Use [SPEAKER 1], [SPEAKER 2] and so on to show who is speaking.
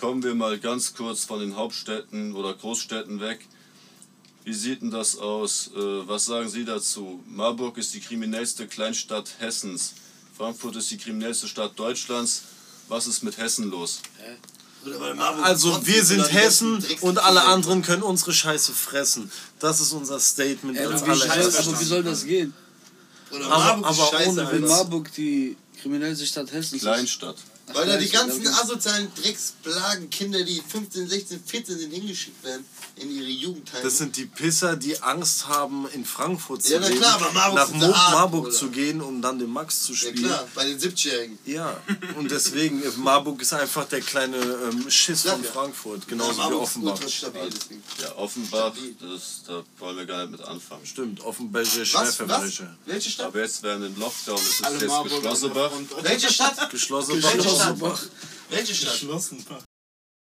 [SPEAKER 1] Kommen wir mal ganz kurz von den Hauptstädten oder Großstädten weg. Wie sieht denn das aus? Äh, Was sagen Sie dazu? Marburg ist die kriminellste Kleinstadt Hessens. Frankfurt ist die kriminellste Stadt Deutschlands. Was ist mit Hessen los?
[SPEAKER 2] Oder weil Marburg
[SPEAKER 3] Also
[SPEAKER 2] trotzdem
[SPEAKER 3] wir sind
[SPEAKER 2] vielleicht die
[SPEAKER 3] Hessen
[SPEAKER 2] besten Drecks-
[SPEAKER 3] und alle anderen können unsere Scheiße fressen. Das ist unser Statement
[SPEAKER 4] Ja,
[SPEAKER 3] als
[SPEAKER 4] aber, wie
[SPEAKER 3] alle
[SPEAKER 4] scheiße,
[SPEAKER 3] Hessen.
[SPEAKER 4] aber wie soll das gehen?
[SPEAKER 2] Oder
[SPEAKER 3] Aber-
[SPEAKER 2] Marburg
[SPEAKER 3] aber
[SPEAKER 2] ist scheiße,
[SPEAKER 3] ohne
[SPEAKER 2] Alter.
[SPEAKER 4] Wenn
[SPEAKER 3] Witz.
[SPEAKER 4] Marburg die kriminellste Stadt Hessens ist.
[SPEAKER 1] Kleinstadt.
[SPEAKER 4] Ach,
[SPEAKER 2] Weil da die
[SPEAKER 4] Kleinstadt,
[SPEAKER 2] ganzen
[SPEAKER 4] okay.
[SPEAKER 2] asozialen Drecksplagen Kinder, die 15, 16, 14 sind, hingeschickt werden in ihre Jugendheime.
[SPEAKER 3] Das sind die Pisser, die Angst haben, in Frankfurt zu
[SPEAKER 2] Ja, na
[SPEAKER 3] leben,
[SPEAKER 2] klar, aber Marburg
[SPEAKER 3] nach
[SPEAKER 2] ist der Arsch,
[SPEAKER 3] Marburg
[SPEAKER 2] Bruder.
[SPEAKER 3] zu gehen, um dann den Max zu
[SPEAKER 2] ja
[SPEAKER 3] spielen.
[SPEAKER 2] klar, bei den 70-Jährigen.
[SPEAKER 3] Ja, und deswegen, äh, Marburg ist einfach der kleine ähm, Schiss
[SPEAKER 2] Ja,
[SPEAKER 3] von
[SPEAKER 2] ja.
[SPEAKER 3] Frankfurt,
[SPEAKER 2] Ja,
[SPEAKER 3] genauso wie
[SPEAKER 2] Marburg ist
[SPEAKER 3] Offenbach.
[SPEAKER 2] ultra stabil, deswegen.
[SPEAKER 1] Ja, Offenbach, das, da wollen wir gar nicht mit anfangen.
[SPEAKER 3] Stimmt, Offenbäche,
[SPEAKER 2] Was? Was?
[SPEAKER 3] Schwerverbrecher.
[SPEAKER 2] Welche Stadt?
[SPEAKER 1] Aber jetzt während dem Lockdown ist es
[SPEAKER 5] Alle
[SPEAKER 1] jetzt
[SPEAKER 5] Marburger
[SPEAKER 1] geschlossen.
[SPEAKER 5] und
[SPEAKER 2] Welche Stadt?
[SPEAKER 3] Geschlossen.
[SPEAKER 2] Welche
[SPEAKER 3] Geschlossen.
[SPEAKER 2] Stadt? Welche Stadt?
[SPEAKER 5] geschlossen.